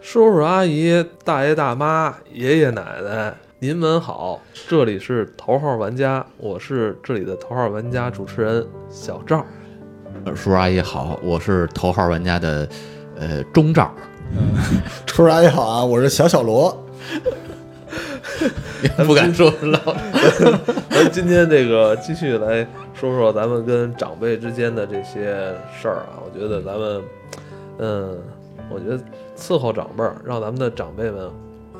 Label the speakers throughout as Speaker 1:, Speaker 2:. Speaker 1: 叔叔阿姨、大爷大妈、爷爷奶奶，您们好，这里是头号玩家，我是这里的头号玩家主持人小赵。
Speaker 2: 呃叔叔阿姨好，我是头号玩家的呃钟 罩，
Speaker 3: 叔叔阿姨好啊，我是小小罗。
Speaker 2: 不敢说老
Speaker 1: 咱哎今天这个继续来说说咱们跟长辈之间的这些事儿啊，我觉得咱们，嗯，我觉得伺候长辈儿，让咱们的长辈们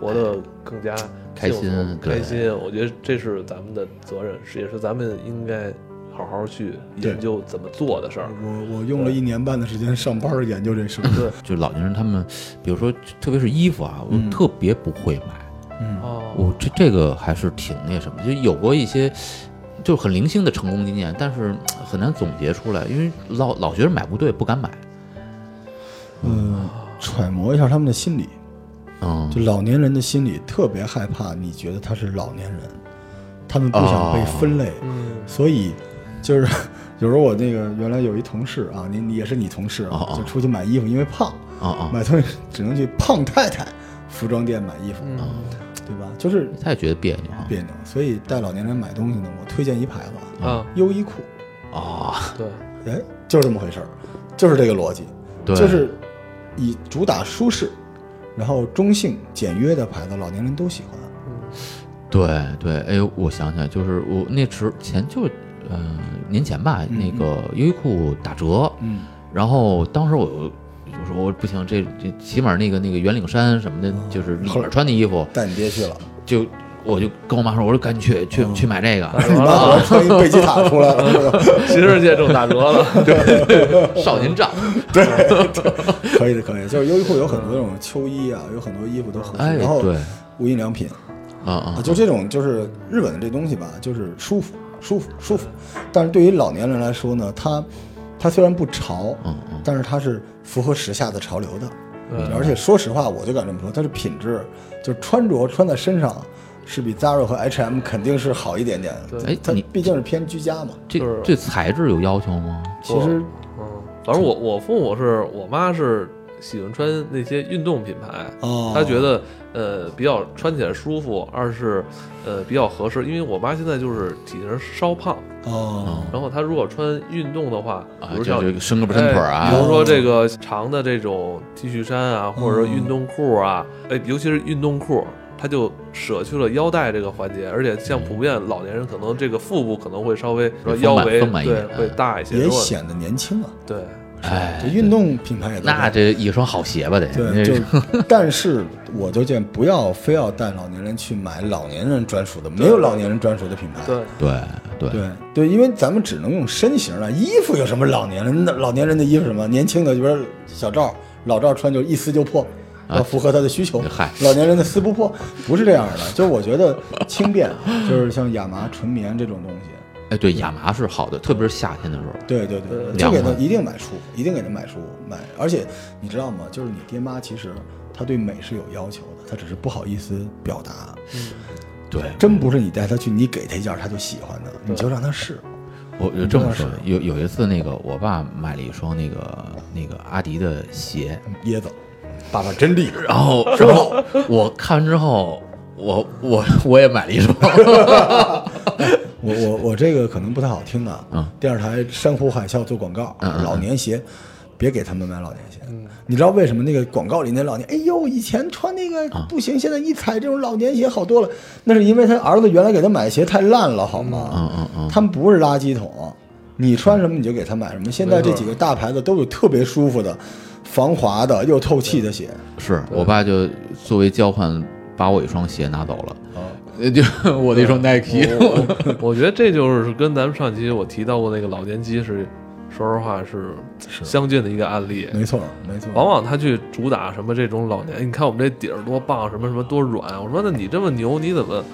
Speaker 1: 活得更加
Speaker 2: 开心
Speaker 1: 幸福
Speaker 2: 对
Speaker 1: 开心，我觉得这是咱们的责任，是也是咱们应该好好去
Speaker 3: 对
Speaker 1: 研究怎么做的事儿。
Speaker 3: 我我用了一年半的时间上班研究这事儿。
Speaker 1: 对，
Speaker 2: 就老年人他们，比如说特别是衣服啊，我
Speaker 3: 嗯
Speaker 2: 特别不会买，
Speaker 3: 嗯，
Speaker 1: 哦，
Speaker 2: 我这这个还是挺那什么，就有过一些就很零星的成功经验，但是呃很难总结出来，因为老老觉得买不对，不敢买。
Speaker 3: 嗯，揣摩一下他们的心理，
Speaker 2: 嗯，
Speaker 3: 就老年人的心理特别害怕，你觉得他是老年人，他们不想被分类，
Speaker 1: 嗯，
Speaker 3: 所以就是有时候我那个原来有一同事啊，你你也是你同事
Speaker 2: 哦
Speaker 3: 啊
Speaker 2: 哦，
Speaker 3: 就出去买衣服，因为胖，
Speaker 2: 啊啊，
Speaker 3: 买东西只能去胖太太服装店买衣服，
Speaker 1: 嗯
Speaker 3: 对吧？就是
Speaker 2: 他也觉得别扭啊
Speaker 3: 别扭，所以带老年人买东西呢，我推荐一牌子啊，
Speaker 1: 啊，
Speaker 3: 优衣库。
Speaker 2: 啊，
Speaker 1: 对，
Speaker 3: 哎，就是这么回事儿，就是这个逻辑，
Speaker 2: 对，
Speaker 3: 就是以主打舒适，然后中性简约的牌子，老年人都喜欢。
Speaker 2: 对对，哎呦，我想起来，就是我那时前就呃年前吧，
Speaker 3: 嗯
Speaker 2: 那个优衣库打折，
Speaker 3: 嗯，
Speaker 2: 然后当时我我说我不行，这这起码那个那个圆领衫什么的，
Speaker 3: 哦
Speaker 2: 就是里边穿的衣服，
Speaker 3: 但你别去了，
Speaker 2: 就我就跟我妈说，我说赶紧去去
Speaker 3: 哦
Speaker 2: 去买这个，
Speaker 3: 你妈可 能穿一贝吉塔出来了，
Speaker 1: 新世界正打折了，
Speaker 2: 少年 账，
Speaker 3: 可以的，可以的。就是优衣库有很多这种秋衣啊，有很多衣服都合适，
Speaker 2: 哎
Speaker 3: 然后
Speaker 2: 对，
Speaker 3: 无印良品
Speaker 2: 啊啊
Speaker 3: 啊，，就这种就是日本的这东西吧，就是舒服，舒服，舒服。但是对于老年人来说呢，它它虽然不潮，
Speaker 2: 嗯嗯，
Speaker 3: 但是它是符合时下的潮流的。
Speaker 1: 对
Speaker 3: 而且说实话，我就敢这么说，它的品质，就是穿着穿在身上，是比 Zara 和 H&M 肯定是好一点点。
Speaker 1: 对
Speaker 2: 哎
Speaker 3: 它
Speaker 2: 你
Speaker 3: 毕竟是偏居家嘛。
Speaker 2: 这
Speaker 1: 就是
Speaker 2: 对材质有要求吗？
Speaker 3: 其实，
Speaker 1: 嗯，反正我我父母是我妈是喜欢穿那些运动品牌，
Speaker 3: 哦
Speaker 1: 她觉得呃比较穿起来舒服，二是呃比较合适，因为我妈现在就是体型稍胖，
Speaker 3: 哦，
Speaker 1: 然后她如果穿运动的话，
Speaker 2: 啊
Speaker 1: 比，如像。
Speaker 2: 就是伸胳膊伸腿儿
Speaker 1: 哎
Speaker 2: 啊
Speaker 1: 比，如说这个长的这种 T 恤衫啊，或者说运动裤啊，哎，尤其是运动裤，它就舍去了腰带这个环节，而且像普遍老年人可能这个腹部可能会稍微说
Speaker 2: 丰满
Speaker 1: 腰围
Speaker 2: 丰满一
Speaker 1: 对
Speaker 2: 点
Speaker 1: 会大一些，
Speaker 3: 也
Speaker 1: 如果
Speaker 3: 显得年轻啊。
Speaker 1: 对，
Speaker 2: 哎
Speaker 3: 这，运动品牌也都
Speaker 2: 那
Speaker 3: 这
Speaker 2: 这一双好鞋吧得，
Speaker 3: 对，
Speaker 2: 这
Speaker 3: 就但是我就建议不要非要带老年人去买老年人专属的，没有老年人专属的品牌。
Speaker 1: 对，
Speaker 2: 对对
Speaker 3: 对对，因为咱们只能用身形来，衣服有什么老年人的老年人的衣服什么？年轻的就比如小赵、老赵穿就一撕就破，要符合他的需求。
Speaker 2: 嗨
Speaker 3: 老年人的撕不破，不是这样的。就是我觉得轻便，啊就是像亚麻、纯棉这种东西。
Speaker 2: 哎，对，亚麻是好的，特别是夏天的时候。
Speaker 3: 对对对，就
Speaker 2: 凉
Speaker 3: 给他
Speaker 2: 快
Speaker 3: 一定买书，一定给他买书买。而且你知道吗？就是你爹妈其实他对美是有要求的，他只是不好意思表达。
Speaker 2: 对，
Speaker 3: 真不是你带他去，你给他一件他就喜欢的，你就让他试。
Speaker 2: 我就这么说，有有一次那个我爸买了一双那个那个阿迪的鞋，
Speaker 3: 椰子，爸爸真厉害。
Speaker 2: 然后然后我看完之后，我我我也买了一双，
Speaker 3: 我我我这个可能不太好听啊，
Speaker 2: 嗯
Speaker 3: 电视台山呼海啸做广告，
Speaker 2: 嗯嗯
Speaker 3: 老年鞋，别给他们买老年鞋。你知道为什么那个广告里那老年，哎呦，以前穿那个
Speaker 2: 啊
Speaker 3: 不行，现在一踩这种老年鞋好多了，那是因为他儿子原来给他买鞋太烂了，好吗？
Speaker 2: 嗯嗯嗯，
Speaker 3: 他们不是垃圾桶，你穿什么你就给他买什么。现在这几个大牌子都有特别舒服的、防滑的又透气的鞋。
Speaker 2: 嗯是我爸就作为交换把我一双鞋拿走了，
Speaker 3: 啊，
Speaker 2: 呃就我的一双 Nike，
Speaker 1: 我觉得这就是跟咱们上期我提到过那个老年机是，说实话是相近的一个案例。
Speaker 3: 没错没错。
Speaker 1: 往往他去主打什么这种老年，你看我们这底儿多棒，什么什么多软。我说那你这么牛，你怎么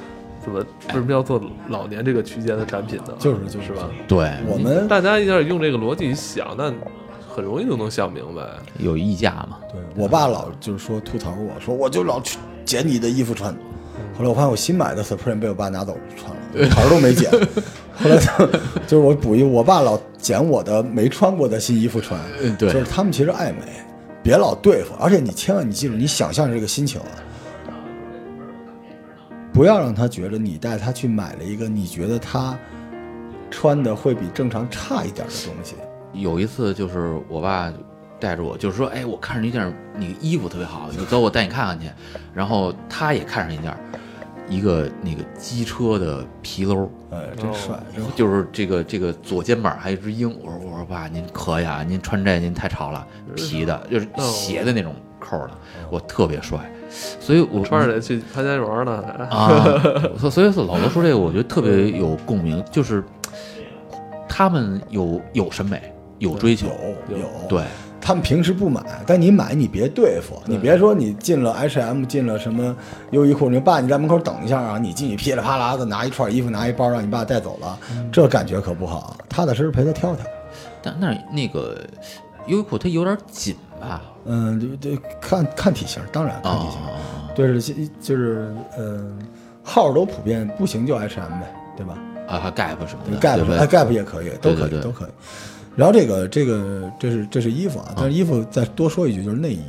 Speaker 1: 怎么为什么要做老年这个区间的产品呢？
Speaker 3: 就是就是
Speaker 1: 是吧？
Speaker 2: 对，
Speaker 3: 我们
Speaker 1: 大家一下用这个逻辑一想，那很容易就能想明白。
Speaker 2: 有溢价嘛，
Speaker 3: 对我爸老就是说吐槽我说我就老去捡你的衣服穿，
Speaker 2: 嗯
Speaker 3: 后来我发现我新买的 Supreme 被我爸拿走穿 了，牌儿都没捡。后来就就是我补一，我爸老捡我的没穿过的新衣服穿
Speaker 2: 嗯，对
Speaker 3: 就是他们其实爱美。别老对付，而且你千万你记住，你想象这个心情啊，不要让他觉得你带他去买了一个你觉得他穿的会比正常差一点的东西。
Speaker 2: 有一次就是我爸带着我，就是说，哎，我看上一件你衣服特别好，你走，我带你看看去。然后他也看上一件，一个那个机车的皮褛，
Speaker 3: 呃，真
Speaker 2: 哦
Speaker 3: 帅，真好
Speaker 2: 就是这个这个左肩膀还有一只鹰。我说我说爸，您可以啊，您穿这您太潮了，皮的，就是斜的那种扣儿的，我特别帅，所以我
Speaker 1: 穿着去潘家园呢，哎
Speaker 2: 啊，所所以说老罗说这个，我觉得特别有共鸣，就是他们有有审美，有追求，
Speaker 3: 有有，
Speaker 2: 对，
Speaker 3: 他们平时不买，但你买你别对付，你别说你进了 H&M，进了什么优衣库，你说爸你在门口等一下啊，你进去噼里啪啦的拿一串衣服拿一包让你爸带走了，这感觉可不好，踏踏实实陪他挑挑。
Speaker 2: 但那那个优衣库它有点紧吧？
Speaker 3: 嗯，对对，看看体型，当然看体型，
Speaker 2: 啊
Speaker 3: 对是就是嗯，号儿都普遍，不行就 H&M 呗，对吧？
Speaker 2: 啊还，Gap 什么
Speaker 3: 对
Speaker 2: 的
Speaker 3: ，gap
Speaker 2: 对不
Speaker 3: 哎
Speaker 1: 啊
Speaker 2: 对？
Speaker 3: gap 也可以，都
Speaker 2: 对
Speaker 3: 可以
Speaker 2: 对对
Speaker 3: 都可以。然后这个这个这是这是衣服啊，但是衣服再多说一句就是内衣。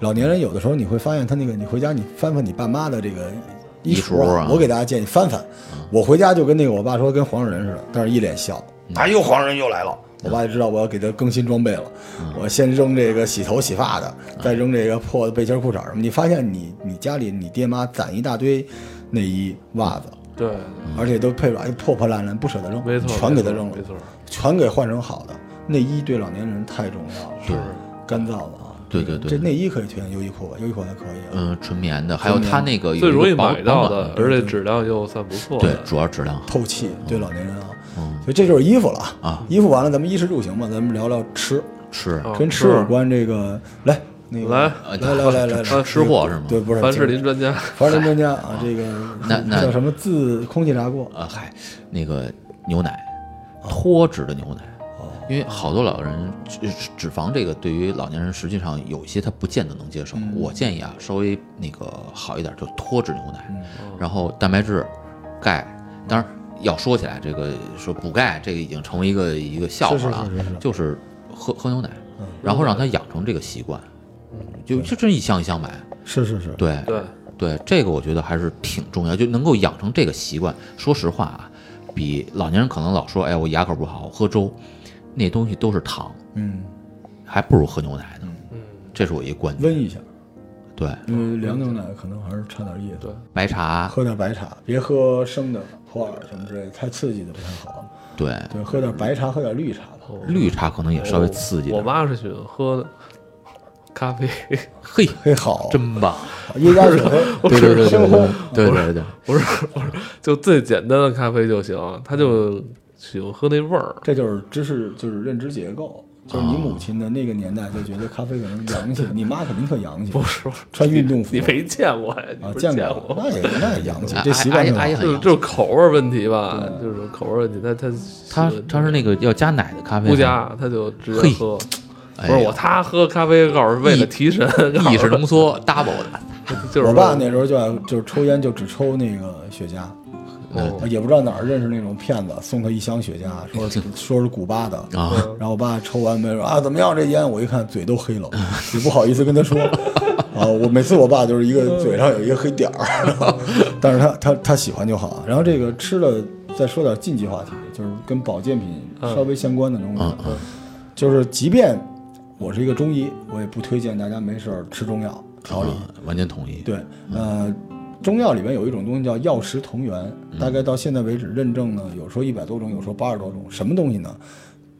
Speaker 3: 老年人有的时候你会发现他那个，你回家你翻翻你爸妈的这个衣橱
Speaker 2: 衣橱啊嗯
Speaker 3: 我给大家建议翻翻。我回家就跟那个我爸说跟黄种人似的，但是一脸笑，
Speaker 2: 嗯
Speaker 3: 啊又黄种人又来了。我爸就知道我要给他更新装备了，
Speaker 2: 嗯
Speaker 3: 我先扔这个洗头洗发的，再扔这个破的背心裤衩儿什么。你发现你你家里你爹妈攒一大堆内衣袜子，
Speaker 1: 对，
Speaker 3: 而且都配着哎破破烂烂，不舍得扔，
Speaker 1: 没错，
Speaker 3: 全给他扔了
Speaker 1: 没，错，
Speaker 3: 全给换成好的。内衣对老年人太重要了，
Speaker 1: 是
Speaker 3: 干燥的啊。
Speaker 2: 对对对
Speaker 3: 这内衣可以推荐优衣库吧？优衣库还可以啊。
Speaker 2: 嗯，纯棉的，还有它那呃个有
Speaker 1: 最
Speaker 2: 一个
Speaker 1: 容易
Speaker 2: 保
Speaker 1: 买到
Speaker 2: 保暖
Speaker 1: 的，而且质量又算不错
Speaker 2: 对
Speaker 1: 的，，
Speaker 2: 主要质量好。
Speaker 3: 透气对老年人啊，所以这就是衣服了啊。衣服完了，咱们衣食住行吧，咱们聊聊吃，
Speaker 2: 吃
Speaker 1: 啊
Speaker 3: 跟吃有关这个。来，那个
Speaker 1: 来
Speaker 2: 啊
Speaker 3: 来来来来，
Speaker 2: 吃吃货是吗
Speaker 3: 对，不是
Speaker 1: 凡士林专家，
Speaker 3: 凡士林专家啊，这个
Speaker 2: 那那
Speaker 3: 叫什么自空气炸锅
Speaker 2: 啊，嗨，那个牛奶，脱脂的牛奶，
Speaker 3: 哦
Speaker 2: 因为好多老人脂脂肪这个对于老年人实际上有一些他不见得能接
Speaker 3: 嗯
Speaker 2: 受。我建议啊，稍微那个好一点就脱脂牛奶，
Speaker 3: 嗯哦
Speaker 2: 然后蛋白质、钙，当然要说起来这个说补钙这个已经成为一个一个笑话了啊
Speaker 3: 是是嗯是是，
Speaker 2: 就是喝喝牛奶，然后让他养成这个习惯，
Speaker 3: 嗯
Speaker 2: 就就真一箱一箱买，
Speaker 3: 是是是，
Speaker 2: 对
Speaker 1: 对，
Speaker 2: 对，这个我觉得还是挺重要，就能够养成这个习惯。说实话啊，比老年人可能老说，哎，我牙口不好，我喝粥，那东西都是糖，
Speaker 3: 嗯，
Speaker 2: 还不如喝牛奶呢。嗯，这是我一个观点。
Speaker 3: 温一下，
Speaker 2: 对，
Speaker 3: 因为凉牛奶可能还是差点意思。
Speaker 1: 对
Speaker 2: 白茶，
Speaker 3: 喝点白茶，别喝生的普洱什么之类的，太刺激的不太好。
Speaker 2: 对，
Speaker 3: 对，喝点白茶，喝点绿茶吧。
Speaker 1: 哦
Speaker 2: 绿茶可能也稍微刺激
Speaker 1: 我
Speaker 2: 点。
Speaker 1: 妈是喜欢喝咖啡，
Speaker 2: 嘿，
Speaker 3: 嘿，好，
Speaker 2: 真棒！
Speaker 3: 一加九黑，
Speaker 1: 我
Speaker 2: 对对对对对
Speaker 3: 生活
Speaker 2: 对对对，
Speaker 1: 不是不是，就最简单的咖啡就行，她就
Speaker 3: 嗯
Speaker 1: 喜欢喝那味儿。
Speaker 3: 这就是知识，就是认知结构。就是你母亲的那个年代就觉得咖啡可能洋气，你妈肯定特洋气，
Speaker 1: 不是，
Speaker 3: 穿运动服
Speaker 1: 你没见过呀？你
Speaker 3: 啊，
Speaker 1: 不是
Speaker 3: 见
Speaker 1: 见
Speaker 3: 过
Speaker 1: 过？哎
Speaker 3: 那也那也洋气
Speaker 2: 啊，
Speaker 3: 这习
Speaker 2: 阿
Speaker 3: 惯
Speaker 2: 姨
Speaker 3: 就好
Speaker 2: 阿姨很
Speaker 1: 就是
Speaker 2: 洋
Speaker 1: 就是口味儿问题吧，
Speaker 3: 嗯
Speaker 1: 就是口味儿问题。她她
Speaker 2: 他
Speaker 1: 喜欢
Speaker 2: 他是那个要加奶的咖啡吗，啊
Speaker 1: 不加，她就直接
Speaker 2: 嘿
Speaker 1: 喝。
Speaker 2: 哎
Speaker 1: 不是
Speaker 2: 呦
Speaker 1: 我，他喝咖啡告诉是为了提神，
Speaker 2: 意式浓缩 double 的，
Speaker 1: 就是
Speaker 3: 我爸那时候就爱就是抽烟就只抽那个雪茄，
Speaker 2: 嗯
Speaker 1: 哦
Speaker 3: 也不知道哪儿认识那种骗子，送他一箱雪茄， 说说是古巴的
Speaker 2: 啊。
Speaker 3: 然后我爸抽完没说啊，怎么样这烟？我一看嘴都黑了，也不好意思跟他 说。啊，我每次我爸就是一个嘴上有一个黑点儿， 但是他他他喜欢就好。啊然后这个吃了，再说点禁忌话题，就是跟保健品稍微相关的
Speaker 2: 嗯
Speaker 3: 东西，啊就是即便我是一个中医，我也不推荐大家没事儿吃中药调理。
Speaker 2: 嗯完全同意。
Speaker 3: 对，呃，中药里面有一种东西叫药食同源，大概到现在为止认证呢，有说一百多种，有说八十多种。什么东西呢？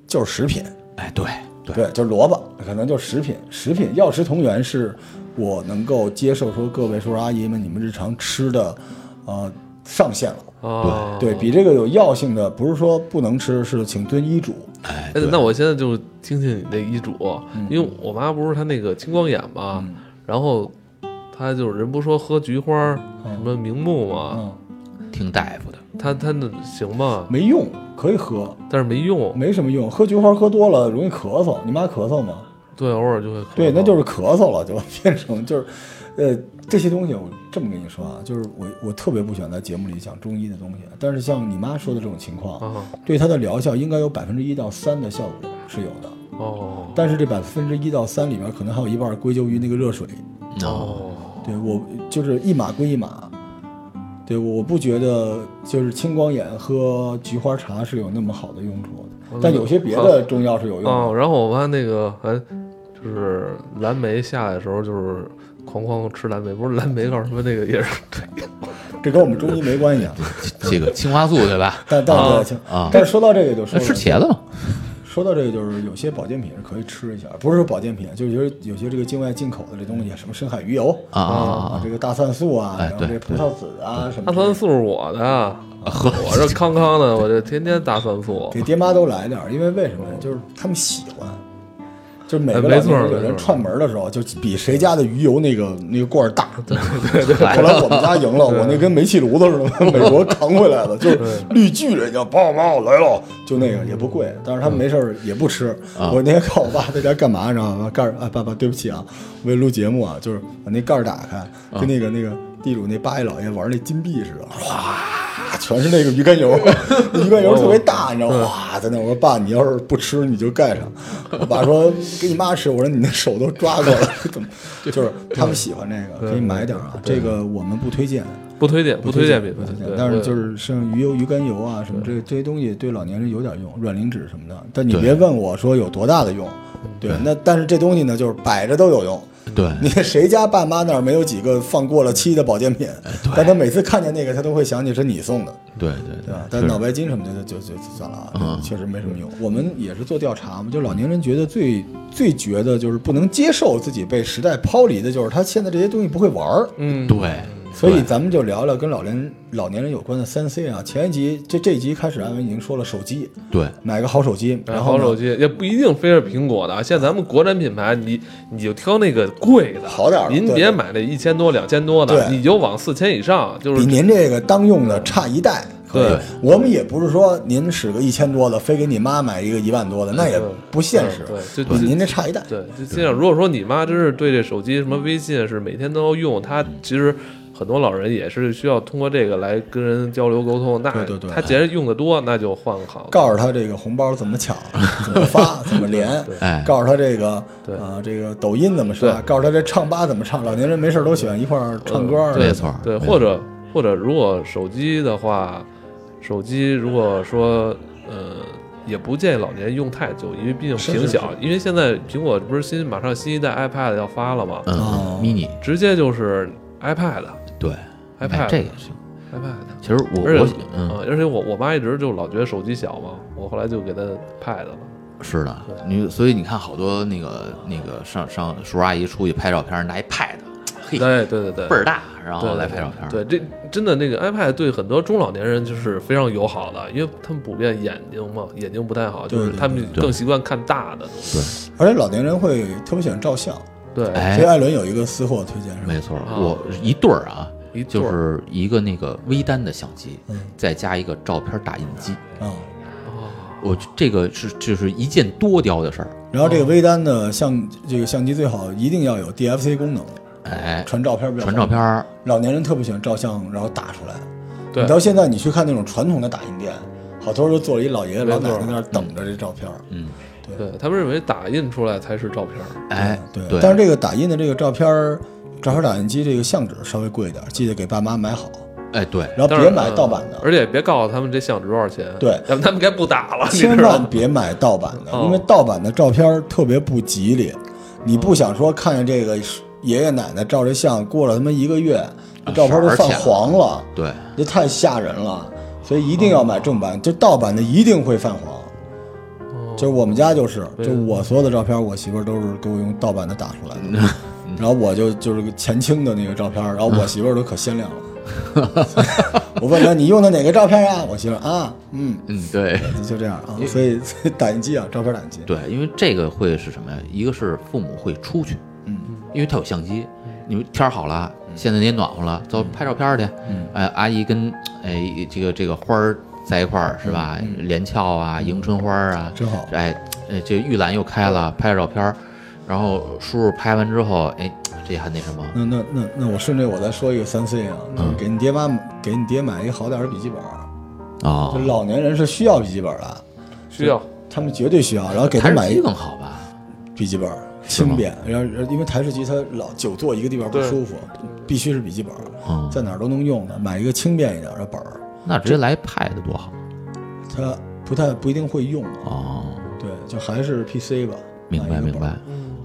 Speaker 3: 就是食品，
Speaker 2: 哎，对对，
Speaker 3: 对，就是萝卜，可能就是食品。食品药食同源是我能够接受说各位叔叔阿姨们你们日常吃的，呃，上限了。
Speaker 1: 哦，
Speaker 3: 对比这个有药性的，不是说不能吃，是请遵医嘱。
Speaker 2: 哎，
Speaker 1: 哎
Speaker 2: 对，
Speaker 1: 那我现在就听听你那医嘱，
Speaker 3: 嗯
Speaker 1: 因为我妈不是她那个青光眼嘛，然后她就是人不说喝菊花儿什么明目嘛，
Speaker 3: 嗯，
Speaker 2: 听大夫的。
Speaker 1: 她她那行吗？
Speaker 3: 没用，可以喝，
Speaker 1: 但是没用，
Speaker 3: 没什么用。喝菊花喝多了容易咳嗽，你妈咳嗽吗？
Speaker 1: 对，偶尔就会咳
Speaker 3: 对，那
Speaker 1: 嗽
Speaker 3: 就是咳嗽了，就 变成就是，呃，这些东西我这么跟你说啊，就是我我特别不喜欢在节目里讲中医的东西，但是像你妈说的这种情况，
Speaker 1: 啊，
Speaker 3: 对它的疗效应该有百分之一到三的效果是有的，
Speaker 1: 哦
Speaker 3: 但是这百分之一到三里边，可能还有一半归咎于那个热水。
Speaker 1: 哦，
Speaker 3: 对我就是一码归一码。对，我不觉得就是青光眼喝菊花茶是有那么好的用处的，但
Speaker 1: 啊
Speaker 3: 有些别的中药是有用的。
Speaker 1: 哦，然后我妈那个还就是蓝莓下来的时候，就是哐哐吃蓝莓，不是蓝莓告诉什么那个也是对，
Speaker 3: 这跟我们中医没关系啊。
Speaker 2: 嗯这个青花素 对吧？
Speaker 3: 但但
Speaker 1: 啊
Speaker 3: 对行
Speaker 2: 啊
Speaker 3: 但是说到这个就
Speaker 2: 那
Speaker 3: 说了
Speaker 2: 吃茄子吗？
Speaker 3: 说到这个，就是有些保健品是可以吃一下，不是说保健品，就是有些有些这个境外进口的这东西，什么深海鱼油
Speaker 1: 哦
Speaker 2: 啊啊啊
Speaker 3: 啊，这个大蒜素啊，
Speaker 2: 哎
Speaker 3: 然后
Speaker 2: 对
Speaker 3: 这葡萄籽啊什么
Speaker 1: 大
Speaker 3: 之类
Speaker 1: 蒜
Speaker 3: 的，
Speaker 1: 素是我
Speaker 3: 啊
Speaker 1: 的，
Speaker 2: 喝
Speaker 1: 我这康康的，我这天天大蒜素。
Speaker 3: 给爹妈都来点儿，因为为什么呀？就是他们喜欢，就是每个
Speaker 1: 哎没
Speaker 3: 老
Speaker 1: 错
Speaker 3: 年人
Speaker 1: 没
Speaker 3: 有人
Speaker 1: 错
Speaker 3: 串门的时候，就比谁家的鱼油那个那个罐儿大。后来我们家赢了，我那跟煤气炉子似的，美国扛回来的，就是绿巨人家，爸妈我来了，就那个也不贵，但是他们没事儿也不吃。我那天看我爸在家干嘛，你知道吗？盖儿，哎，爸爸对不起啊，为了录节目啊，就是把那盖儿打开，跟那个那个地主那八爷老爷玩那金币似的，哗，啊全是那个鱼肝 油，鱼肝油特别
Speaker 1: 哦
Speaker 3: 大，你知道
Speaker 1: 嗯
Speaker 3: 吗？哇，在那我说爸，你要是不吃你就盖上。我爸说给你妈吃，我说你那手都抓过了，怎么？就是他们喜欢这个，可以买点儿啊。这个我们不推荐，
Speaker 1: 不推荐，不推荐品
Speaker 3: 不
Speaker 1: 牌
Speaker 3: 推荐。，
Speaker 1: 对
Speaker 3: 但是
Speaker 1: 对
Speaker 3: 就是像鱼油、鱼肝油啊什么这这些东西，对老年人有点用，软磷脂什么的。但你别问我说有多大的用，对。那但是这东西呢，就是摆着都有用。
Speaker 2: 对，
Speaker 3: 你谁家爸妈那儿没有几个放过了期的保健品？
Speaker 1: 哎
Speaker 3: 但他每次看见那个，他都会想起是你送的。
Speaker 2: 对对
Speaker 3: 对啊吧？
Speaker 2: 对，嗯
Speaker 3: 但
Speaker 2: 是嗯
Speaker 3: 脑白金什么的就就就算了啊，确实没什么用。我们也是做调查嘛，就老年人觉得最最觉得就是不能接受自己被时代抛离的，就是他现在这些东西不会玩儿。
Speaker 1: 嗯，
Speaker 2: 对，
Speaker 3: 所以咱们就聊聊跟老年老年人有关的三 C 啊。前一集这这一集开始，安文已经说了手机，
Speaker 2: 对
Speaker 3: 买个好手机，然
Speaker 1: 然
Speaker 3: 后
Speaker 1: 后
Speaker 3: 呢
Speaker 1: 手机也不一定非是苹果的啊，现在咱们国产品牌，你你就挑那个贵的，
Speaker 3: 好点儿的
Speaker 1: 您
Speaker 3: 对
Speaker 1: 别
Speaker 3: 对
Speaker 1: 买那一千多、两千多的，
Speaker 3: 对
Speaker 1: 你就往四千以上，就
Speaker 3: 比
Speaker 1: 是
Speaker 3: 您这个当用的差一代。可以
Speaker 1: 对，
Speaker 3: 我们也不是说您使个一千多的，非给你妈买一个一万多的，那也不现实
Speaker 1: 对对。就
Speaker 3: 比您这差一代。
Speaker 1: 对，就尽量。如果说你妈真是对这手机什么微信是每天都要用，她其实很多老人也是需要通过这个来跟人交流沟通。那
Speaker 3: 对对对
Speaker 1: 她既然用的多，那就换个好的。
Speaker 3: 告诉他这个红包怎么抢，怎么发，怎么连
Speaker 2: 哎，
Speaker 3: 告诉他这个
Speaker 1: 对
Speaker 3: 啊，这个抖音怎么刷，告诉他这唱吧怎么唱。老年人没事儿都喜欢一块儿唱歌儿，
Speaker 2: 嗯没错，
Speaker 1: 对，
Speaker 2: 没
Speaker 1: 或者或者如果手机的话，手机如果说呃。也不建议老年人用太久，因为毕竟
Speaker 3: 是
Speaker 1: 屏
Speaker 3: 是
Speaker 1: 小。因为现在苹果不是新马上新一代 iPad 要发了嘛，
Speaker 2: 嗯
Speaker 3: 哦
Speaker 2: ，mini
Speaker 1: 直接就是 iPad，iPad
Speaker 2: 对，
Speaker 1: iPad
Speaker 2: 哎这个行。
Speaker 1: iPad。
Speaker 2: 其实我
Speaker 1: 而
Speaker 2: 我
Speaker 1: 且，
Speaker 2: 嗯，
Speaker 1: 啊而且我我妈一直就老觉得手机小嘛，我后来就给她 pad 了。
Speaker 2: 是的，你所以你看好多那个那个上上叔叔阿姨出去拍照片，拿一 pad，嘿，倍
Speaker 1: 对哎对对对，
Speaker 2: 儿大，然
Speaker 1: 对
Speaker 2: 后来拍照片，
Speaker 1: 对，这真的那个 iPad 对很多中老年人就是非常友好的，因为他们普遍眼睛嘛，眼睛不太好，
Speaker 3: 对
Speaker 1: 就是
Speaker 3: 对
Speaker 1: 他们更习惯看大的东西。
Speaker 3: 而且老年人会特别喜欢照相，
Speaker 1: 对，
Speaker 2: 哎
Speaker 3: 所以，艾伦有一个私货推荐是吧？
Speaker 2: 没错，我一对儿啊
Speaker 1: 一，对
Speaker 2: 就
Speaker 1: 儿
Speaker 2: 是一个那个微单的相机
Speaker 3: 嗯，
Speaker 2: 再加一个照片打印机，
Speaker 3: 啊，
Speaker 2: 我这个是就是一件多雕的事儿，
Speaker 3: 然后这个微单的相这个相机最好一定要有 DFC 功能，
Speaker 2: 哎，
Speaker 3: 传照片比较
Speaker 2: 传照
Speaker 3: 方
Speaker 2: 片
Speaker 3: 便。
Speaker 2: 儿，
Speaker 3: 老年人特别喜欢照相，然后打出来。
Speaker 1: 对
Speaker 3: 你到现在你去看那种传统的打印店，好多都坐了一老爷爷老奶奶
Speaker 1: 没错
Speaker 3: 在那儿等着这照片。
Speaker 2: 嗯，
Speaker 1: 对他们认为打印出来才是照片儿。
Speaker 2: 哎，
Speaker 3: 嗯对，
Speaker 2: 对，
Speaker 3: 但是这个打印的这个照片儿，照片打印机这个相纸稍微贵一点，记得给爸妈买好，
Speaker 2: 哎对，
Speaker 3: 然后
Speaker 1: 但是
Speaker 3: 别买
Speaker 1: 嗯
Speaker 3: 盗版的，
Speaker 1: 而且别告诉他们这相纸多少钱。
Speaker 3: 对
Speaker 1: 要不他们该不打了，你
Speaker 3: 千
Speaker 1: 知道
Speaker 3: 万
Speaker 1: 吗？
Speaker 3: 别买盗版的，
Speaker 1: 哦
Speaker 3: 因为盗版的照片儿特别不吉利。你不想说看见这个爷爷奶奶照这相，过了他妈一个月，这照片都泛黄了，
Speaker 2: 对，
Speaker 3: 这太吓人了。所以一定要买正版，就盗版的一定会泛黄。就是我们家就是，就我所有的照片，我媳妇儿都是给我用盗版的打出来的，然后我就就是个前清的那个照片，然后我媳妇儿都可鲜亮了。我问她你用的哪个照片啊？我媳妇儿啊，嗯，
Speaker 2: 嗯对。
Speaker 3: 就这样啊。所以所以打印机啊，照片打印机，
Speaker 2: 对，因为这个会是什么呀？一个是父母会出去，嗯，因为他有相机，
Speaker 3: 嗯
Speaker 2: 你们天儿好了，现在你也暖和了，走拍照片儿去，嗯，哎，阿姨跟哎这个这个花儿在一块儿是吧？
Speaker 3: 嗯
Speaker 2: 连翘啊，迎春花儿啊，
Speaker 3: 真好
Speaker 2: 哎，哎这玉兰又开了，拍照片儿，然后叔叔拍完之后，哎，这还那什么，
Speaker 3: 那那那那我顺着我再说一个三 C 啊，就是给你爹妈给你爹买一个好点儿的笔记本儿，
Speaker 2: 哦
Speaker 3: 嗯就，老年人是需要笔记本儿的，
Speaker 1: 需要
Speaker 3: 他们绝对需要，然后给
Speaker 2: 哎台
Speaker 3: 他
Speaker 2: 式
Speaker 3: 买一
Speaker 2: 机
Speaker 3: 个
Speaker 2: 更好吧？
Speaker 3: 笔记本儿轻便，然后因为台式机它老久坐一个地方不
Speaker 1: 对
Speaker 3: 舒服，必须是笔记本儿，
Speaker 2: 嗯，
Speaker 3: 在哪儿都能用的，买一个轻便一点儿的本儿，
Speaker 2: 那直接来 Pad 多好
Speaker 3: 它不太不一定会用啊。
Speaker 2: 哦，
Speaker 3: 对，就还是 PC 吧。
Speaker 2: 明
Speaker 3: 买
Speaker 2: 白
Speaker 3: 一个
Speaker 2: 明
Speaker 3: 本儿。
Speaker 2: 白，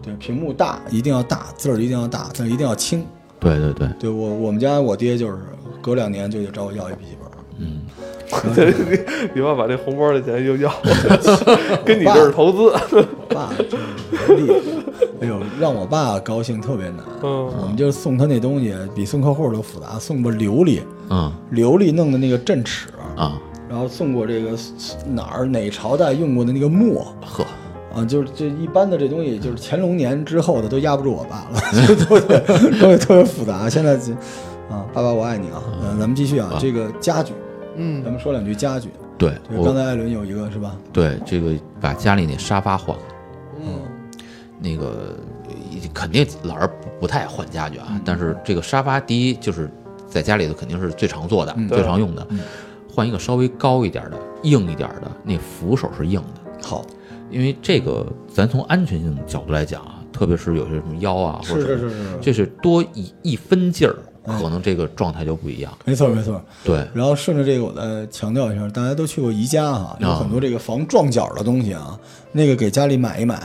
Speaker 3: 对，屏幕大一定要大，字儿一定要大，字儿一定要轻。
Speaker 2: 对对对，
Speaker 3: 对我我们家我爹就是隔两年就得找我要一笔记本儿。
Speaker 2: 嗯，
Speaker 1: 你爸把这红包的钱又要 了，跟你这是投资。
Speaker 3: 我爸真是厉害，哎呦，让我爸高兴特别难。
Speaker 1: 嗯，
Speaker 3: 我们就送他那东西比送客户都复杂，送过琉璃，
Speaker 2: 嗯
Speaker 3: 琉璃弄的那个镇尺，
Speaker 2: 啊，
Speaker 3: 然后送过这个哪儿哪朝代用过的那个墨。
Speaker 2: 呵，
Speaker 3: 啊，就是这一般的这东西，就是乾隆年之后的都压不住我爸了， 就都得都得特别复杂。现在这啊，爸爸我爱你啊，嗯，咱们继续啊，这个家具，嗯，咱们说两句家具。
Speaker 2: 对
Speaker 3: 对，刚
Speaker 2: 我
Speaker 3: 才艾伦有一个是吧？
Speaker 2: 对这个把家里那沙发换了，嗯，那个肯定老人不不太换家具啊，
Speaker 3: 嗯
Speaker 2: 但是这个沙发第一就是在家里头肯定是最常坐
Speaker 3: 嗯
Speaker 2: 的、最常用的，换一个稍微高一点的、硬一点的，那扶手是硬的。
Speaker 3: 好，
Speaker 2: 因为这个，咱从安全性角度来讲啊，特别是有些什么腰啊，或
Speaker 3: 是
Speaker 2: 者
Speaker 3: 是
Speaker 2: 什么
Speaker 3: 是是，嗯
Speaker 2: 这是多一一分劲儿，可能这个状态就不一样。
Speaker 3: 没错没错。
Speaker 2: 对，
Speaker 3: 然后顺着这个，我再强调一下，大家都去过宜家哈，有
Speaker 2: 啊
Speaker 3: 很多这个防撞角的东西啊，那个给家里买一买，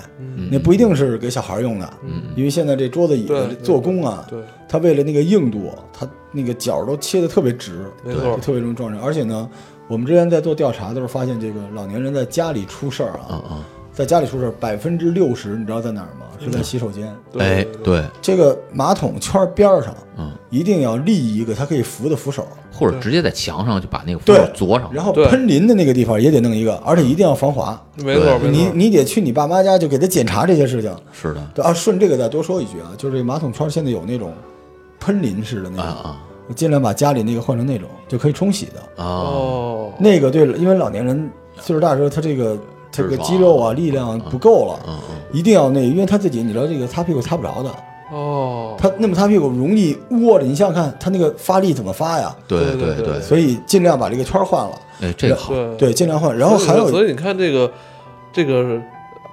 Speaker 3: 那不一定是给小孩用的，因为现在这桌子椅
Speaker 1: 对
Speaker 3: 子做工啊，
Speaker 1: 对，
Speaker 3: 它为了那个硬度，它那个角都切的特别直，
Speaker 1: 没
Speaker 3: 就
Speaker 1: 错，
Speaker 3: 特别容易撞人。而且呢，我们之前在做调查的时候发现，这个老年人在家里出事儿啊，
Speaker 2: 嗯嗯，
Speaker 3: 在家里出事儿，百分之六十你知道在哪儿吗？是在洗手间，
Speaker 2: 哎，对，
Speaker 3: 这个马桶圈儿边儿上
Speaker 2: 嗯，
Speaker 3: 一定要立一个它可以扶的扶手。
Speaker 2: 或者直接在墙上就把那个扶
Speaker 3: 对
Speaker 2: 手凿上。
Speaker 3: 然后
Speaker 1: 对
Speaker 3: 喷淋的那个地方也得弄一个，而且一定要防滑。
Speaker 1: 没错，没
Speaker 3: 你
Speaker 1: 错。
Speaker 3: 你得去你爸妈家就给他检查这些事情。
Speaker 2: 是的，
Speaker 3: 对啊，顺这个再多说一句啊，就是这马桶圈现在有那种喷淋式的那
Speaker 2: 啊
Speaker 3: 种，
Speaker 2: 啊
Speaker 3: 我尽量把家里那个换成那种就可以冲洗的。
Speaker 2: 啊，
Speaker 1: 哦，
Speaker 3: 那个对了，因为老年人岁数大的时候，他这个这个
Speaker 2: 脂肪
Speaker 3: 肌肉啊力量不够了，
Speaker 2: 嗯嗯，
Speaker 3: 一定要那，因为他自己你知道这个擦屁股擦不着的，
Speaker 1: 哦，
Speaker 3: 他那么擦屁股容易窝着，你想想看他那个发力怎么发呀？
Speaker 2: 对
Speaker 1: 对对
Speaker 2: 对，
Speaker 3: 所以尽量把这个圈换了，
Speaker 2: 哎，这个好，
Speaker 1: 对，
Speaker 3: 对，尽量换。然后还有
Speaker 1: 所以所以你看这个这个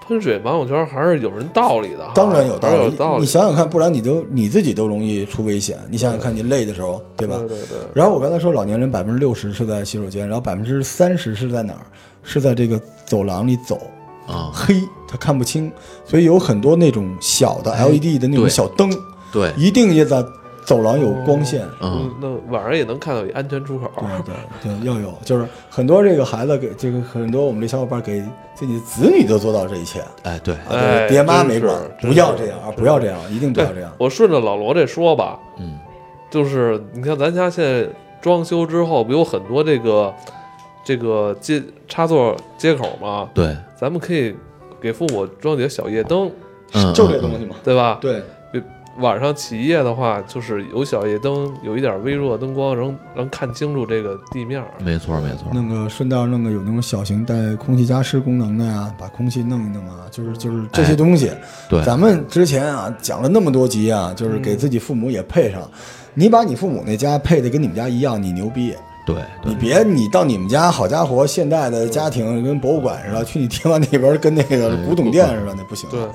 Speaker 1: 喷水马桶圈还是有人道理的哈，
Speaker 3: 当然有道
Speaker 1: 还是
Speaker 3: 理，
Speaker 1: 啊有道
Speaker 3: 你
Speaker 1: 理。
Speaker 3: 想想看，不然你都你自己都容易出危险。你想想看，你累的时候，对吧？
Speaker 1: 嗯对对对，
Speaker 3: 然后我刚才说，老年人百分之六十是在洗手间，然后百分之三十是在哪儿？是在这个走廊里走，
Speaker 2: 啊，
Speaker 3: 黑，他看不清，所以有很多那种小的
Speaker 1: 哎
Speaker 3: LED 的那种
Speaker 2: 对
Speaker 3: 小灯，
Speaker 2: 对，
Speaker 3: 一定也在走廊有光线。
Speaker 2: 嗯，
Speaker 1: 那晚上也能看到一安全出口。
Speaker 3: 对对对，要有，就是很多这个孩子给这个很多我们这小伙伴给自己子女都做到这一切，啊，
Speaker 2: 哎，对，
Speaker 1: 哎
Speaker 3: 对，爹妈没管
Speaker 1: 真是，真是
Speaker 3: 不要这样啊，不要这样，一定不要这样。
Speaker 1: 哎我顺着老罗这说吧，
Speaker 2: 嗯，
Speaker 1: 就是你看咱家现在装修之后，不有很多这个这个接插座接口吗？
Speaker 2: 对，
Speaker 1: 咱们可以给父母装几个小夜灯，
Speaker 2: 嗯，
Speaker 3: 就这
Speaker 2: 嗯
Speaker 3: 东西嘛。
Speaker 1: 对吧？
Speaker 3: 对，
Speaker 1: 晚上起夜的话，就是有小夜灯，有一点微弱的灯光，能能看清楚这个地面儿。
Speaker 2: 嗯没错没错，
Speaker 3: 弄个顺道弄个有那种小型带空气加湿功能的呀，把空气弄一弄啊，就是就是这些东西。
Speaker 2: 哎对，
Speaker 3: 咱们之前啊讲了那么多集啊，就是给自己父母也配上。你把你父母那家配的跟你们家一样，你牛逼！
Speaker 2: 对对，
Speaker 3: 你别你到你们家，好家伙，现代的家庭跟博物馆似的，去你爹妈那边跟那个古董店似的，那不行啊。
Speaker 1: 对，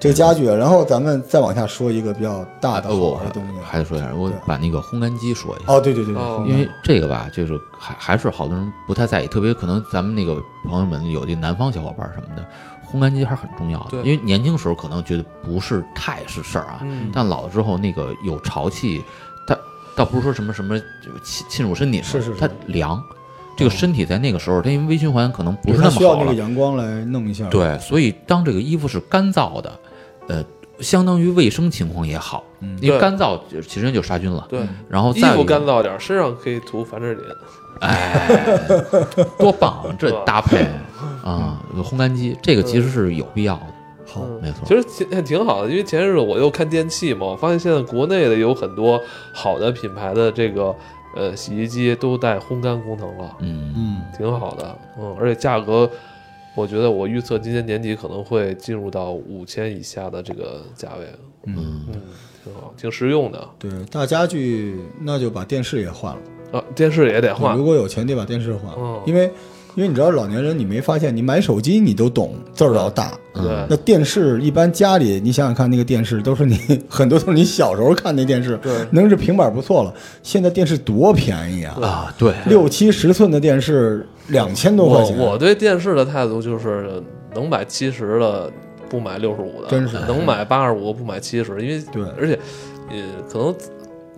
Speaker 3: 这个家具，然后咱们再往下说一个比较大的
Speaker 2: 呃，
Speaker 3: 好
Speaker 2: 我
Speaker 3: 玩的东西。
Speaker 2: 还得说一下，我把那个烘干机说一下。
Speaker 3: 哦，对对对对，
Speaker 1: 哦
Speaker 2: 因为这个吧，就是还还是好多人不太在意，特别可能咱们那个朋友们有的南方小伙伴什么的，烘干机还是很重要的
Speaker 1: 对。
Speaker 2: 因为年轻时候可能觉得不是太是事儿啊，
Speaker 1: 嗯
Speaker 2: 但老了之后那个有潮气，它倒不是说什么什么就侵侵入身体什么，
Speaker 3: 是是是
Speaker 2: 它凉。这个身体在那个时候，它因为微循环可能不
Speaker 3: 对
Speaker 2: 是
Speaker 3: 它
Speaker 2: 那
Speaker 3: 需
Speaker 2: 么
Speaker 3: 要
Speaker 2: 好
Speaker 3: 那
Speaker 2: 了
Speaker 3: 个，阳光来弄一下。
Speaker 2: 对，所以当这个衣服是干燥的，呃，相当于卫生情况也好，
Speaker 3: 嗯
Speaker 2: 因
Speaker 1: 对
Speaker 2: 为干燥就其实就杀菌了。
Speaker 1: 对，
Speaker 2: 然后
Speaker 1: 衣
Speaker 2: 再有
Speaker 1: 服
Speaker 2: 一个
Speaker 1: 干燥点儿，身上可以涂凡士林。
Speaker 2: 哎，多棒啊！这搭配 啊，烘干机这个其实是有必要的。
Speaker 3: 好
Speaker 1: 嗯
Speaker 2: 没错
Speaker 1: 其实挺挺好的，因为前阵子我又看电器嘛，我发现现在国内的有很多好的品牌的这个呃洗衣机都带烘干功能了，
Speaker 2: 嗯，
Speaker 3: 嗯，
Speaker 1: 挺好的，嗯，而且价格，我觉得我预测今年年底可能会进入到五千以下的这个价位，
Speaker 3: 嗯
Speaker 1: 嗯，挺好，挺实用的
Speaker 3: 对，大家具那就把电视也换了。
Speaker 1: 啊，电视也得换
Speaker 3: 如，果有钱得把电视换了
Speaker 1: 嗯，
Speaker 3: 因为因为你知道老年人，你没发现，你买手机你都懂字儿要大，
Speaker 2: 嗯
Speaker 1: 对
Speaker 3: 那电视一般家里，你想想看，那个电视都是你 很多都是你小时候看那电视，
Speaker 1: 对
Speaker 3: 能是平板不错了。现在电视多便宜啊，
Speaker 2: 啊，对，
Speaker 3: 六七十寸的电视两千多块
Speaker 1: 我
Speaker 3: 钱，
Speaker 1: 我对电视的态度就是能买七十的不买六十五的，
Speaker 3: 真是
Speaker 1: 能买八十五不买七十，因为
Speaker 3: 对
Speaker 1: 而且也可能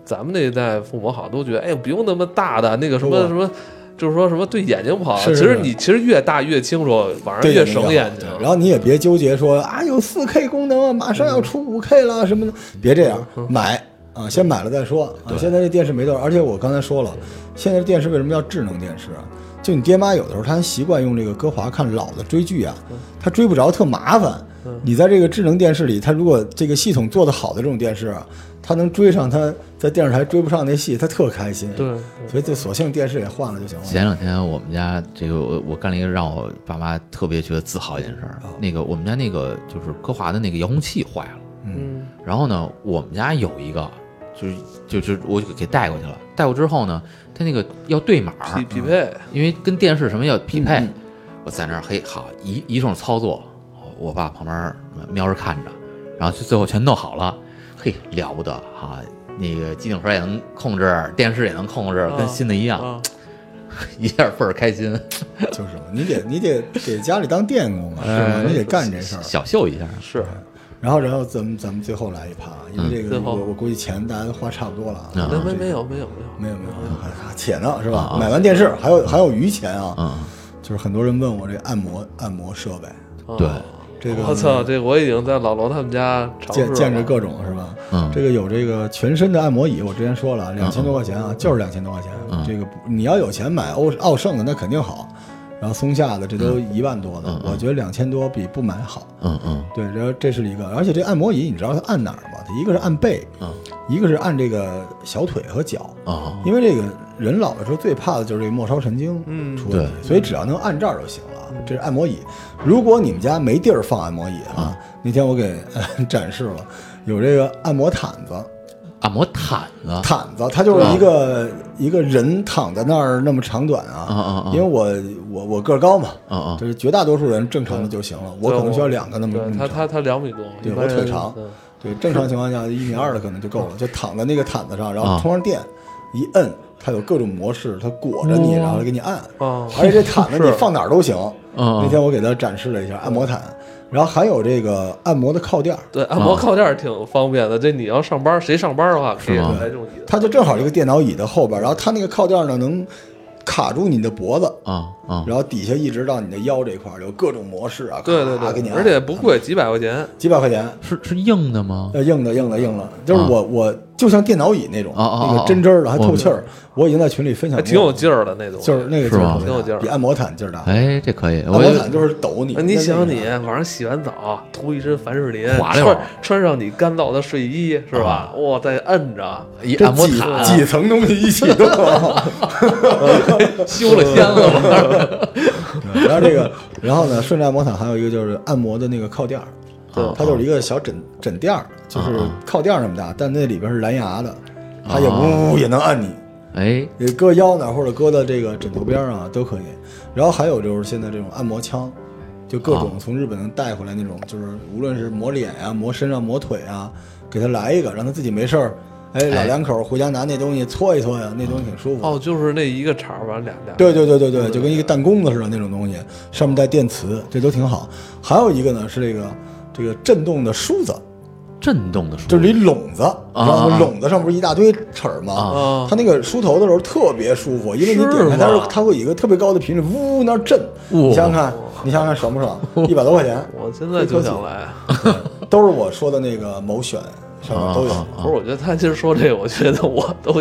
Speaker 1: 咱们那一代父母好都觉得，哎，不用那么大的那个什么
Speaker 3: 不
Speaker 1: 什么。就是说什么对眼睛不好，
Speaker 3: 是是
Speaker 1: 其实
Speaker 3: 是
Speaker 1: 你其实越大越清楚，晚上
Speaker 3: 对
Speaker 1: 越省眼睛
Speaker 3: 对。然后你也别纠结说啊有四 K 功能啊，马上要出五 K 了什么的，别这样，
Speaker 1: 嗯
Speaker 3: 买啊，先买了再说啊。现在这电视没多少，而且我刚才说了，现在这电视为什么叫智能电视啊？就你爹妈有的时候他还习惯用这个歌华看老的追剧啊，
Speaker 1: 嗯
Speaker 3: 他追不着特麻烦。你在这个智能电视里，他如果这个系统做得好的这种电视啊，他能追上他在电视台追不上那戏，他特开心。
Speaker 1: 对，
Speaker 3: 所以就索性电视也换了就行了。
Speaker 2: 前两天我们家这个我我干了一个让我爸妈特别觉得自豪一件事儿，
Speaker 1: 啊
Speaker 2: 那个我们家那个就是歌华的那个遥控器坏了，
Speaker 1: 嗯，
Speaker 2: 然后呢，我们家有一个就是就就我就给带过去了，带过之后呢，它那个要对码儿，
Speaker 1: 匹匹配，
Speaker 2: 因为跟电视什么要匹配。
Speaker 3: 嗯
Speaker 2: 我在那儿嘿，好一一通操作，我爸旁边瞄着看着，然后最后全弄好了，嘿，了不得哈、那个机顶盒也能控制，电视也能控制，跟新的一样，
Speaker 1: 啊，
Speaker 2: 一下倍儿开心，
Speaker 3: 就是嘛你得你得给家里当电工啊，是吧？你得干这事儿。
Speaker 2: 小秀一下。
Speaker 1: 哎是
Speaker 3: 然后，然后咱们咱们最后来一趴，因为
Speaker 1: 嗯
Speaker 3: 这
Speaker 1: 最
Speaker 3: 个
Speaker 1: 后
Speaker 3: 我我估计钱大家都花差不多了啊。
Speaker 1: 没没没有啊没有没有，
Speaker 3: 没有没有，还还且呢是吧？买完电视还有还有余钱啊，
Speaker 2: 嗯，
Speaker 3: 就是很多人问我这按摩按摩设备，
Speaker 1: 啊
Speaker 2: 对，
Speaker 3: 这个
Speaker 1: 我操，这我已经在老罗他们家尝试
Speaker 3: 见
Speaker 1: 了
Speaker 3: 见着各种是吧？
Speaker 2: 嗯
Speaker 3: 这个有这个全身的按摩椅，我之前说了，两千多块钱啊，就是两千多块钱。
Speaker 1: 啊
Speaker 3: 这个不你要有钱买欧奥盛的那肯定好，然后松下的这都
Speaker 1: 嗯
Speaker 3: 一万多的，我觉得两千多比不买好。
Speaker 2: 嗯嗯
Speaker 3: 对，然后这是一个，而且这按摩椅你知道它按哪儿吗？它一个是按背，
Speaker 2: 嗯
Speaker 3: 一个是按这个小腿和脚，
Speaker 2: 哦，
Speaker 3: 因为这个人老的时候最怕的就是这个末梢神经
Speaker 1: 嗯
Speaker 3: 出问题，所以只要能按这儿就行了。这是按摩椅，如果你们家没地儿放按摩椅
Speaker 2: 嗯
Speaker 3: 啊，那天我给、 呃展示了，有这个按摩毯子，
Speaker 2: 按摩毯子，
Speaker 3: 毯子，它就是一个一个人躺在那儿那么长短
Speaker 2: 嗯
Speaker 3: 啊，
Speaker 2: 嗯嗯，
Speaker 3: 因为我我我个儿高嘛，
Speaker 2: 嗯嗯
Speaker 3: 就是绝大多数人正常的就行了，我可能需要两个那么
Speaker 1: 对
Speaker 3: 那么
Speaker 1: 他
Speaker 3: 长。
Speaker 1: 他他两米多，
Speaker 3: 对
Speaker 1: 一般
Speaker 3: 我腿
Speaker 1: 人
Speaker 3: 长
Speaker 1: 嗯
Speaker 3: 对，正常情况下一米二的可能就够了，就躺在那个毯子上，然
Speaker 2: 啊
Speaker 3: 后充上电，一摁，它有各种模式，它裹着你，然后给你按。
Speaker 1: 哦
Speaker 3: 而且 这毯子你放哪儿都行。
Speaker 2: 嗯
Speaker 3: 那天我给他展示了一下按摩毯，然后还有这个按摩的靠垫儿，
Speaker 1: 对，按摩靠垫儿挺方便的。这你要上班，谁上班的话可以
Speaker 2: 是吗
Speaker 1: 来这种椅子。
Speaker 3: 它就正好一个电脑椅的后边儿，然后它那个靠垫儿呢能卡住你的脖
Speaker 1: 哦
Speaker 3: 子。
Speaker 2: 啊啊，
Speaker 3: 然后底下一直到你的腰这块儿有各种模式啊，
Speaker 1: 对对
Speaker 3: 咔给你嗯
Speaker 1: 对，
Speaker 3: 按，
Speaker 1: 而且不贵，几百块钱。
Speaker 3: 几百块钱，
Speaker 2: 是是硬的吗？
Speaker 3: 呃，硬的硬的硬的，就是
Speaker 2: 啊
Speaker 3: 我我就像电脑椅那种，
Speaker 2: 啊啊啊
Speaker 3: 那个针织儿的还透气儿，我已经在群里分享
Speaker 1: 还
Speaker 3: 过，
Speaker 1: 挺有劲儿的那种，
Speaker 3: 就是那个
Speaker 2: 是
Speaker 3: 劲
Speaker 2: 吗
Speaker 3: 儿特别大，
Speaker 1: 挺有劲儿
Speaker 3: 比按摩毯劲儿大。
Speaker 2: 哎，这可以，
Speaker 3: 按
Speaker 2: 我
Speaker 3: 摩
Speaker 2: 也
Speaker 3: 毯就是抖你，
Speaker 1: 哎你
Speaker 3: 那
Speaker 1: 想
Speaker 3: 那
Speaker 1: 你
Speaker 3: 个
Speaker 1: 晚上洗完澡，涂一身凡士林，
Speaker 2: 滑溜儿
Speaker 1: 穿穿上你干燥的睡衣，是
Speaker 3: 啊
Speaker 1: 吧？哇，再摁着，
Speaker 2: 一
Speaker 3: 这
Speaker 2: 按摩
Speaker 3: 几
Speaker 2: 毯，
Speaker 3: 几层东西一起动。啊
Speaker 2: 修了仙了吧？
Speaker 3: 对然后这个，然后呢，顺着按摩毯还有一个就是按摩的那个靠垫儿，
Speaker 2: 啊
Speaker 1: 对
Speaker 3: 它就是一个小枕枕垫儿，就是靠垫儿那么大，但那里边是蓝牙的，
Speaker 2: 啊
Speaker 3: 它也呜呜也能按你，
Speaker 2: 哎，
Speaker 3: 你搁腰那儿或者搁到这个枕头边儿啊都可以。然后还有就是现在这种按摩枪，就各种从日本能带回来那种，就是无论是磨脸啊、磨身上、磨腿啊，给他来一个，让他自己没事儿，哎，老两口儿回家拿那东西搓一搓呀，那东西挺舒服。
Speaker 1: 哦，就是那一个茬儿吧，俩俩。
Speaker 3: 对对对对对，就跟一个弹弓子似的那种东西，上面带电磁，这都挺好。还有一个呢是这个这个震动的梳子，
Speaker 2: 震动的舒服，
Speaker 3: 就是一笼子，
Speaker 2: 啊
Speaker 3: 然后
Speaker 2: 啊啊
Speaker 3: 笼子上不是一大堆齿儿
Speaker 1: 啊
Speaker 3: 吗？它那个梳头的时候特别舒服，因为你点
Speaker 1: 是吗
Speaker 3: 开它是它会有一个特别高的频率，呜呜那儿震。你想想看，你想想看爽不爽？一百多块钱，
Speaker 1: 我现在就想来。
Speaker 3: 都是我说的那个某选
Speaker 2: 啊
Speaker 3: 上面都有。
Speaker 1: 不是，我觉得他今儿说这个，我觉得我都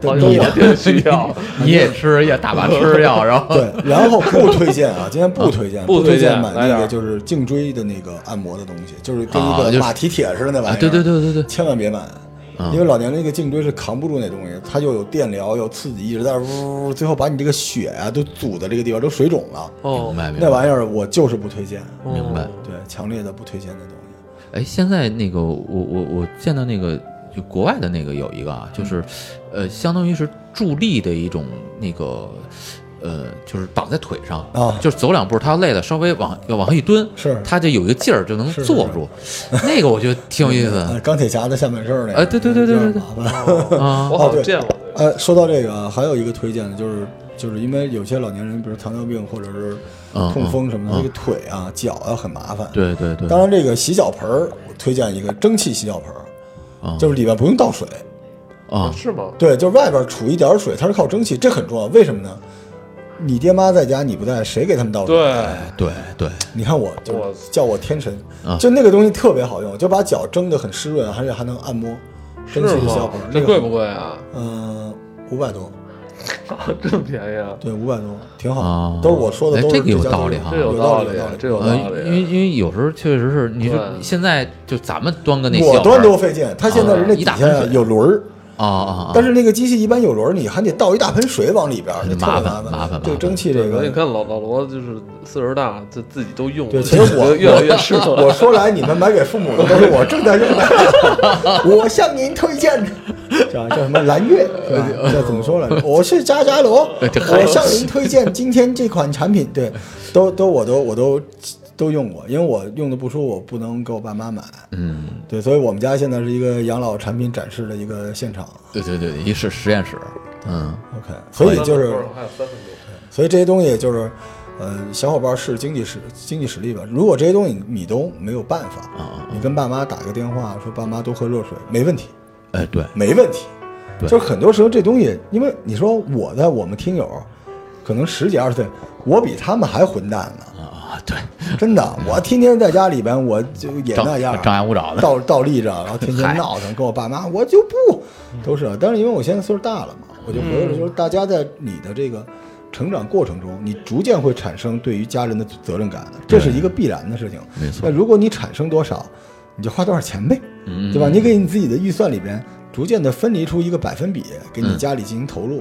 Speaker 3: 都
Speaker 1: 好像我挺需要。
Speaker 2: 你也吃也大把吃药，然后
Speaker 3: 对，然后不推荐啊， 今天不推荐，
Speaker 1: 不推
Speaker 3: 推
Speaker 1: 荐
Speaker 3: 荐买
Speaker 1: 来
Speaker 3: 那
Speaker 1: 点
Speaker 3: 个
Speaker 1: 儿
Speaker 3: 就是颈椎的那个按摩的东西，就是跟
Speaker 2: 啊
Speaker 3: 一个
Speaker 2: 就是
Speaker 3: 马蹄铁似的那玩意
Speaker 2: 啊
Speaker 3: 儿。
Speaker 2: 对对对对对
Speaker 3: 千万别买，
Speaker 2: 啊
Speaker 3: 因为老年人那个颈椎是扛不住那东西，它又有电疗，又刺激，一直在呜，最后把你这个血啊都阻在这个地方，都水肿了。
Speaker 1: 哦
Speaker 2: 明，白明
Speaker 3: 那
Speaker 2: 白
Speaker 3: 玩意儿我就是不推荐，
Speaker 1: 哦
Speaker 2: 明白。
Speaker 3: 对，强烈的不推荐那东西。
Speaker 2: 哎，现在那个我我我见到那个就国外
Speaker 3: 嗯
Speaker 2: 的那个有一个啊，就是，呃，相当于是助力的一种那个，呃，呃，就是绑在腿上
Speaker 3: 啊
Speaker 2: 就是走两步，他要累了，稍微往要往上一蹲，
Speaker 3: 是
Speaker 2: 他就有一个劲儿就能
Speaker 3: 是是
Speaker 2: 坐住，那个我觉得挺有意思的
Speaker 3: 呃钢铁侠的下半身儿那个，
Speaker 2: 哎啊对对对对对对
Speaker 3: 有点麻烦
Speaker 2: 啊
Speaker 1: 我好像
Speaker 3: 对
Speaker 1: 见过这个。
Speaker 3: 呃，说到这个 啊，还有一个推荐的就是，就是因为有些老年人，比如糖尿病或者是
Speaker 2: 嗯
Speaker 3: 痛风什么
Speaker 2: 嗯
Speaker 3: 的，这个腿啊、脚啊很麻烦。，
Speaker 2: 对对对，
Speaker 3: 当然这个洗脚盆儿，我推荐一个蒸汽洗脚盆儿，
Speaker 2: 啊
Speaker 3: 就是里面不用倒水，
Speaker 2: 啊
Speaker 1: 是吗？
Speaker 3: 对，就是外边储一点儿水，它是靠蒸汽，这很重要。为什么呢？你爹妈在家，你不在，谁给他们倒水？
Speaker 1: 对，
Speaker 2: 对对
Speaker 3: 你看我就
Speaker 1: 我
Speaker 3: 叫我天神
Speaker 2: 啊，
Speaker 3: 就那个东西特别好用，就把脚蒸得很湿润，而且还能按摩。
Speaker 1: 是
Speaker 3: 蒸汽洗脚
Speaker 1: 吗
Speaker 3: 盆儿？
Speaker 1: 这
Speaker 3: 个
Speaker 1: 贵不贵啊？
Speaker 3: 嗯，五百多。
Speaker 1: 这么便宜啊？
Speaker 3: 对，五百多，挺好，
Speaker 2: 啊
Speaker 3: 都是我说的，
Speaker 2: 哎
Speaker 3: 都是
Speaker 2: 这个有
Speaker 3: 家
Speaker 2: 道
Speaker 3: 都
Speaker 2: 理
Speaker 3: 有
Speaker 2: 哈
Speaker 1: 这
Speaker 3: 有
Speaker 1: 道
Speaker 3: 理，有道理
Speaker 1: 这有
Speaker 2: 呃
Speaker 1: 道，
Speaker 2: 因为
Speaker 1: 理。
Speaker 2: 因为有时候确实是，你说
Speaker 1: 对
Speaker 2: 现在就咱们端个那小
Speaker 3: 我
Speaker 2: 碗儿
Speaker 3: 端多费劲，他现在
Speaker 2: 啊
Speaker 3: 人家
Speaker 2: 一
Speaker 3: 底
Speaker 2: 大
Speaker 3: 下
Speaker 2: 盆水
Speaker 3: 有轮儿，
Speaker 2: 啊啊啊，
Speaker 3: 但是那个机器一般有轮儿，你还得倒一大盆水往里边儿，
Speaker 2: 很
Speaker 3: 就特别
Speaker 2: 麻烦
Speaker 3: 烦。
Speaker 2: 麻烦
Speaker 3: 这个
Speaker 2: 麻
Speaker 3: 蒸汽这
Speaker 1: 你
Speaker 3: 个，
Speaker 1: 看老老罗就是岁数大，就自己都用，
Speaker 3: 对，其实我
Speaker 1: 越来越适合。
Speaker 3: 我我说来，你们买给父母的都是我正在用的， 我向您推荐的。叫叫什么蓝月是吧？叫怎么说来着？我是扎扎罗，我向您推荐今天这款产品。对，都都我都我都都用过，因为我用的不舒服，我不能给我爸妈买。
Speaker 2: 嗯，
Speaker 3: 对，所以我们家现在是一个养老产品展示的一个现场。
Speaker 2: 对对对，一是实验室，嗯
Speaker 3: OK，所以就
Speaker 1: 三分
Speaker 3: 是
Speaker 1: 钟还有三分钟，
Speaker 3: 所以这些东西就是，呃，小伙伴是经济实经济实力吧。如果这些东西你都没有办法，
Speaker 2: 啊，
Speaker 3: 你跟爸妈打个电话说爸妈多喝热水，没问题，
Speaker 2: 哎对，
Speaker 3: 没问题。
Speaker 2: 对
Speaker 3: 就是很多时候这东西，因为你说我在我们听友，可能十几二十岁，我比他们还混蛋呢，
Speaker 2: 啊对，
Speaker 3: 真的。我天天在家里边，我就也
Speaker 2: 张
Speaker 3: 那样儿，
Speaker 2: 张牙舞爪的，
Speaker 3: 倒倒立着，然后天天闹腾，跟我爸妈，我就不都是。啊
Speaker 2: 嗯
Speaker 3: 但是因为我现在岁数大了嘛，我就回来说，大家在你的这个成长过程中，你逐渐会产生对于家人的责任感，这是一个必然的事情。
Speaker 2: 嗯没错
Speaker 3: 那如果你产生多少，你就花多少钱呗，
Speaker 2: 嗯
Speaker 3: 对吧？你给你自己的预算里边，逐渐的分离出一个百分比，给你家里进行投入，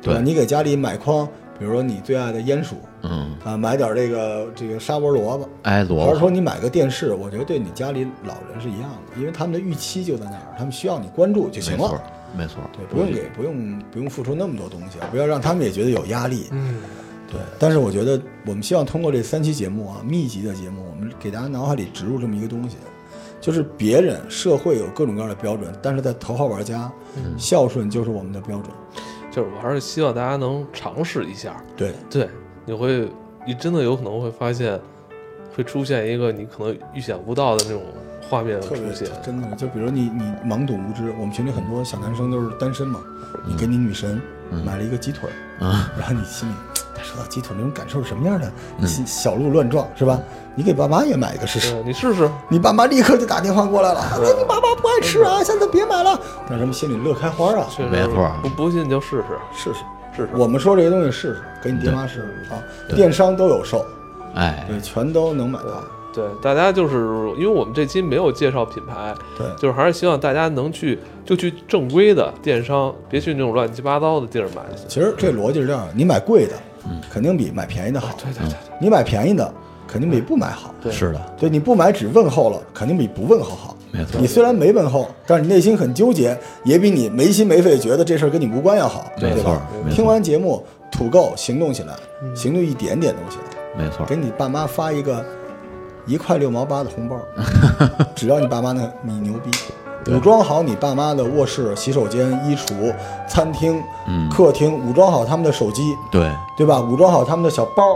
Speaker 3: 对吧？
Speaker 2: 嗯对
Speaker 3: 你给家里买筐，比如说你最爱的烟薯
Speaker 2: 嗯，
Speaker 3: 啊，买点这个这个沙窝萝卜。
Speaker 2: 哎
Speaker 3: 还
Speaker 2: 萝
Speaker 3: 是
Speaker 2: 卜
Speaker 3: 说你买个电视，我觉得对你家里老人是一样的，因为他们的预期就在那儿，他们需要你关注就
Speaker 2: 没
Speaker 3: 行
Speaker 2: 错
Speaker 3: 了。
Speaker 2: 没错，
Speaker 3: 对，不用给，不用不用付出那么多东西，啊不要让他们也觉得有压力。
Speaker 1: 嗯，
Speaker 3: 对，但是我觉得我们希望通过这三期节目啊，密集的节目，我们给大家脑海里植入这么一个东西，就是别人社会有各种各样的标准，但是在头号玩家，孝顺就是我们的标准。
Speaker 1: 就是我还是希望大家能尝试一下。
Speaker 3: 对，
Speaker 1: 对，你会，你真的有可能会发现，会出现一个你可能预想不到的那种画面
Speaker 3: 特
Speaker 1: 出
Speaker 3: 别
Speaker 1: 现。
Speaker 3: 真的，就比如你你懵懂无知，我们群里很多小男生都是单身嘛，你给你女神买了一个鸡腿，
Speaker 2: 啊
Speaker 3: 然后你心里，他说到鸡腿那种感受是什么样的？你心小鹿乱撞是吧？你给爸妈也买一个试试，
Speaker 1: 对，你试试。
Speaker 3: 你爸妈立刻就打电话过来了，啊，你爸妈不爱吃啊，下次别买了。但是他们心里乐开花啊，
Speaker 1: 确实
Speaker 2: 没错
Speaker 1: 不不信就试试。
Speaker 3: 试试
Speaker 1: 试试
Speaker 3: 我们说这些东西试试，给你爹妈试试啊，电商都有售，
Speaker 2: 哎
Speaker 3: 对，全都能买到。
Speaker 1: 对，大家就是因为我们这期没有介绍品牌，
Speaker 3: 对
Speaker 1: 就是还是希望大家能去就去正规的电商，别去那种乱七八糟的地儿买就行。
Speaker 3: 其实这逻辑是这样的，你买贵的，肯定比买便宜的好，
Speaker 1: 对对对对，
Speaker 3: 你买便宜的肯定比不买好。
Speaker 1: 对
Speaker 2: 是的，
Speaker 3: 对，你不买只问候了，肯定比不问候好。
Speaker 2: 没错
Speaker 3: 你虽然没问候，但是你内心很纠结，也比你没心没肺觉得这事儿跟你无关要好，
Speaker 2: 没
Speaker 3: 对
Speaker 2: 错
Speaker 3: 吧？
Speaker 2: 没错
Speaker 3: 听完节目，土够，行动起来，行动一点点都行。
Speaker 2: 没错
Speaker 3: 给，你爸妈发一个一块六毛八 的红包，只要你爸妈那你牛逼。武装好你爸妈的卧室、洗手间、衣橱、餐厅、
Speaker 2: 嗯
Speaker 3: 客厅，武装好他们的手机，
Speaker 2: 对
Speaker 3: 对吧？武装好他们的小包，